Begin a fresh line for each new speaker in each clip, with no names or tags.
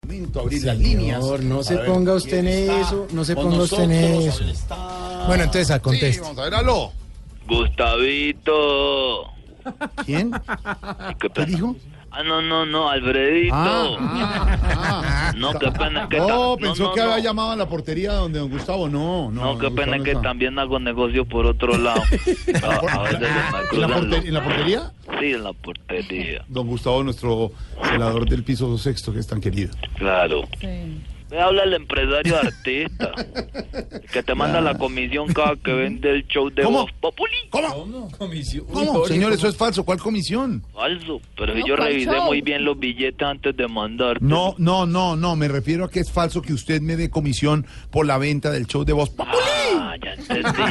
pronto abrir las
Señor,
líneas.
no se
para ver
ponga usted
quién
en
está
eso, no se
con
ponga usted en
nosotros, a
eso.
ver, está-
Bueno, entonces, ah,
Sí,
conteste.
vamos a ver, aló.
Gustavito.
¿Quién?
¿Qué
¿Qué
pena.
dijo?
Ah, no, no, no, Alfredito.
Ah, ah.
no, qué pena que tam-
No,
no,
pensó
no,
que había
no.
llamado a la portería donde don Gustavo. No, no.
No, qué
don
pena
Gustavo
que
está.
también hago negocio por otro lado. A, a veces se me
Ah, ¿En la,
cruzan
porte-
los-
en la portería?
Sí, en la portería,
Don Gustavo, nuestro celador del piso sexto, que es tan querido.
claro. Me habla el empresario artista, que te manda la comisión cada que vende el show de
Ah. ¿Cómo?
Voz Populi.
¿Cómo? ¿Cómo? Señor, eso es falso. ¿Cuál comisión?
Falso, pero
No,
yo
¿cuál
revisé
show?
muy bien los billetes antes de mandarte.
No, no, no, no. Me refiero a que es falso que usted me dé comisión por la venta del show de Voz Populi.
Ah, ya entendí.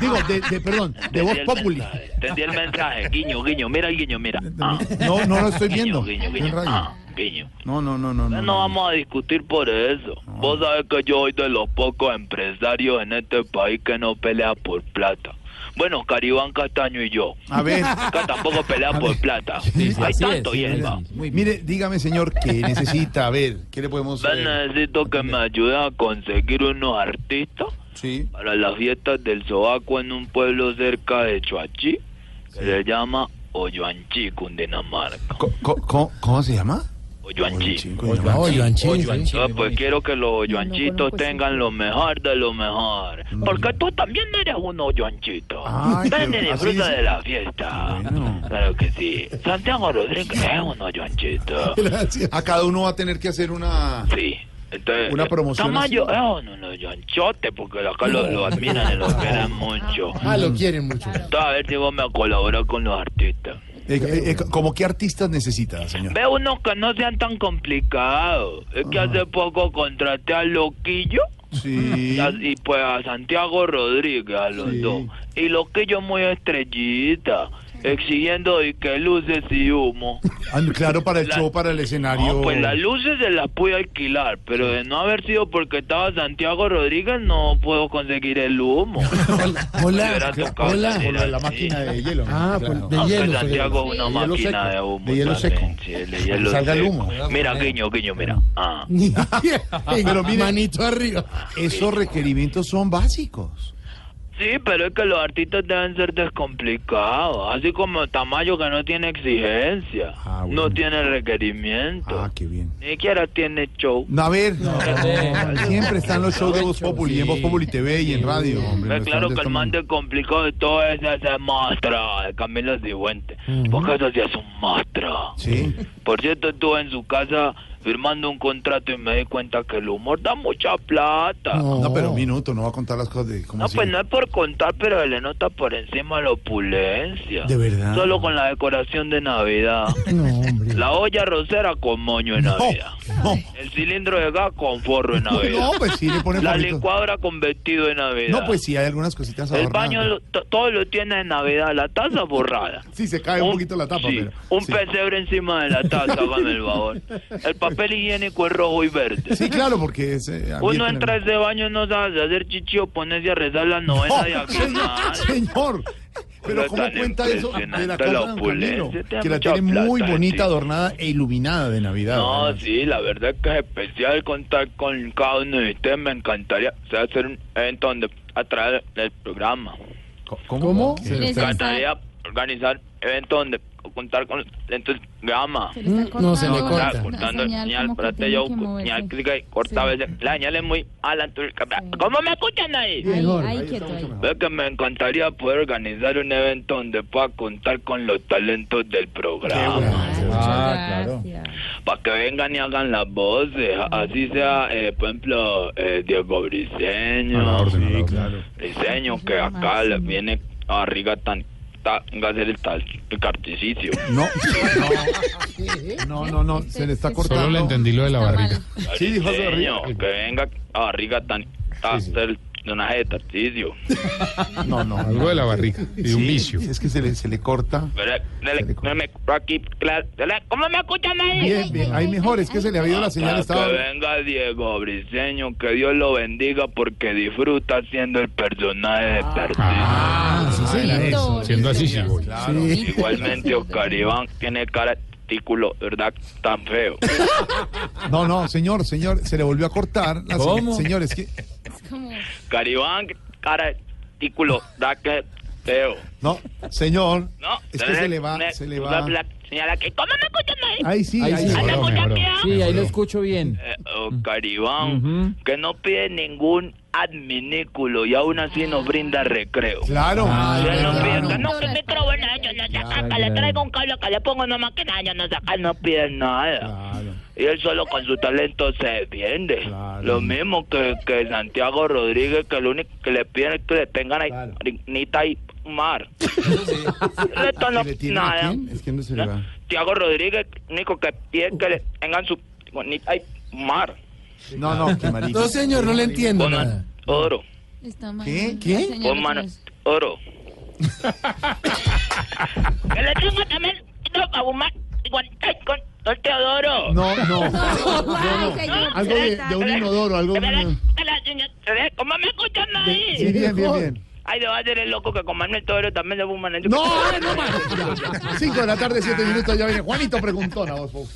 Digo, de, de- perdón, de Voz
Entendí el
Populi.
mensaje, Entendí el mensaje. Guiño, guiño, mira el guiño, mira. Ah,
No, no lo estoy viendo.
guiño, guiño,
En
guiño.
radio.
Ah, guiño.
No, no, no, no.
No,
no,
no
no.
vamos a discutir por eso.
Ah.
Vos sabés que yo soy de los pocos empresarios en este país que no pelea por plata. Bueno, Caribán Castaño y yo.
A ver.
Acá tampoco pelea por plata. Hay
así es,
tanto
sí,
y él va.
Mire, dígame, señor, ¿qué necesita? A ver, ¿qué le podemos
Yo
hacer?
necesito que me ayude a conseguir unos artistas
Sí.
para las fiestas del sobaco en un pueblo cerca de Choachí que se llama Oyoanchí, Cundinamarca.
Co- co- co- ¿Cómo se llama?
Oyoanchí.
Oyoanchi.
Ah, pues quiero que los
No, no
yoanchitos
conozco
tengan lo mejor de lo mejor. Porque tú también eres uno yoanchito.
Mm. Ay,
Ven y
pero así
disfruta
dice.
de la fiesta.
Bueno.
Claro que sí. Santiago Rodríguez es uno yoanchito.
Gracias. A cada uno va a tener que hacer una.
Sí. Entonces,
Una promoción
Tamayo
así.
es uno de los yoanchotes porque acá lo, lo admiran y lo quieren mucho.
Ah, lo quieren mucho.
Entonces, a ver si vos me colaboras con los artistas.
Eh, eh, eh, ¿Cómo qué artistas necesita, señor?
Ve unos que no sean tan complicados. Es
Ah.
que hace poco contraté al Loquillo.
Sí.
Y a- Y pues a Santiago Rodríguez, a los
Sí.
dos. Y los que yo muy estrellita, exigiendo de que luces y humo.
Ah, claro, para el
La-
show, para el escenario.
No, pues las luces se las pude alquilar, pero de no haber sido porque estaba Santiago Rodríguez, no puedo conseguir el humo. Ah, Me hubiera
Hola,
tocado
hola.
hacer
Hola, la
así.
máquina de hielo.
Ah,
claro.
pues, de
Aunque
hielo,
Santiago es una
De hielo
máquina
seco,
de humo.
de hielo
también,
seco.
sí, de hielo
Que salga el
seco.
humo.
Mira, guiño, guiño, mira. Ah.
Pero mire, manito arriba.
Esos requerimientos son básicos.
Sí, pero es que los artistas deben ser descomplicados, así como Tamayo que no tiene exigencia,
Ah, bueno.
no tiene requerimiento,
Ah, qué bien.
ni siquiera tiene show.
No, A ver, siempre están los shows de Voz Populi, en Voz Populi TV y en radio, hombre.
Ve, claro que el más descomplicado de todo es ese monstruo de Camilo Cifuentes, porque eso sí es un monstruo.
Sí.
Por cierto, estuve en su casa firmando un contrato y me di cuenta que el humor da mucha plata.
No, pero un minuto, no va a contar las cosas de como
No,
si-
pues no es por contar, pero se le nota por encima la opulencia.
¿De verdad?
Solo con la decoración de Navidad.
No, hombre.
La olla rosera con moño en Navidad.
No,
El cilindro de gas con forro en Navidad.
no, pues sí, le pone
la
poquito.
licuadora con vestido de Navidad.
No, pues sí, hay algunas cositas
El
adornadas.
baño lo- to- todo lo tiene en Navidad. La taza borrada.
Sí, se cae un, poquito la tapa,
sí,
pero...
Un
sí.
pesebre encima de la taza, hágame el favor. El papel higiénico es rojo y verde.
Sí, claro, porque... es, eh, abierto
Uno
en
entra a
el-
ese baño y no sabe si hacer chichi o ponerse a rezar la novena de
No,
aquí.
Oh, señor, señor. Pero
Pero
¿cómo
tan
cuenta eso de la casa
impresionante la
de Don Camilo?
opulencia, te da
Que la
mucha
tiene muy
plata,
bonita,
sí.
adornada e iluminada de Navidad.
No,
además.
sí, la verdad es que es especial contar con cada uno de ustedes. Me encantaría o sea, hacer un evento donde atraer el programa.
¿Cómo?
Sí,
les-
Me
Pensar.
encantaría organizar eventos donde contar con dentro del programa.
Se le está
No, se le
cortando
corta.
Ya,
una
cortando
señal
señal
como que
para este
tiene
yo,
que
señal
moverse.
crítica y corta a
Sí.
veces. La señal es muy a la altura. ¿Cómo me escuchan ahí?
Ahí,
Mejor.
ahí quieto, ahí.
Ve que me encantaría poder organizar un evento donde pueda contar con los talentos del programa.
Ay, muchas gracias.
Para que vengan y hagan las voces. Así sea, eh, por ejemplo, eh, Diego Briseño.
Sí, claro.
Briseño, que acá le viene a Riga tan. ta- a hacer el, tal, el carticicio.
No, no, no, no, se le está cortando.
Solo le entendí lo de la
Está mal.
barriga.
Sí, dijo eso de
Briseño,
Riga.
que venga a Riga tan. ta- hacer el personaje de tarticio.
No, no.
Algo de la barriga. Y un
Sí,
vicio.
Es que se le, se le corta.
Pero, dale, dale, aquí, claro, dale, ¿Cómo me escuchan ahí?
Bien, bien. Hay mejores que se le había ido la señal.
Para
Estaba...
Que venga Diego Briseño, que Dios lo bendiga porque disfruta siendo el personaje de Tarcisio.
Ah, sí,
Lindo,
señor.
lindo,
Siendo así,
lindo.
sí, voy.
Claro.
Igualmente Oscar Iván tiene cara artículo, ¿verdad? Tan feo.
No, no, señor, señor, se le volvió a cortar. La se-
¿Cómo?
Señor, es que.
Es como.
Caribán, cara, artículo, ¿verdad? Que feo.
No, señor.
No,
Es que se le va, se le va.
Señala que, ¿cómo me escuchan ahí?
Ahí sí,
Ahí
ahí
sí.
sí.
Ahí
me escuchan
mejoró.
bien.
Sí, ahí
Mejoró.
lo escucho bien.
Eh, oh, Caribán, que no pide ningún adminículo y aún así nos brinda recreo.
Claro.
Ah,
Ya no
claro.
piden, que
claro.
no, que el micrófono, yo no sacan, que le
claro.
traigo un cable, que le pongo una máquina, yo no sacan, no piden nada.
Claro.
Y él solo con su talento se defiende.
Claro.
Lo mismo que, que Santiago Rodríguez, que lo único que le piden es que le tengan ahí
Claro.
Nita y mar. Esto no,
¿Que le tiene a
nada.
quién? Es que no se le va.
Santiago Rodríguez, único que pide que le tengan su Nita y mar.
No, no, qué marica.
No, señor, no le entiendo
Con
nada.
oro,
Está mal.
¿Qué?
La
¿Qué?
señora
con mano,
que nos-
oro. que le tengo también no, a Guzmán, con, ay, con con Teodoro.
No, no.
No, ay, señor,
Algo de,
ya
de un
está.
inodoro, algo de
Que me la-
un-
que la señora- ¿Cómo me escuchan ahí?
Sí, bien, bien, bien.
Ay, le va a hacer el loco que con Manuel Toro también le fuman el...
No, ay, no más.
Cinco de la tarde, siete minutos, ya viene Juanito Preguntón a vos, Fox.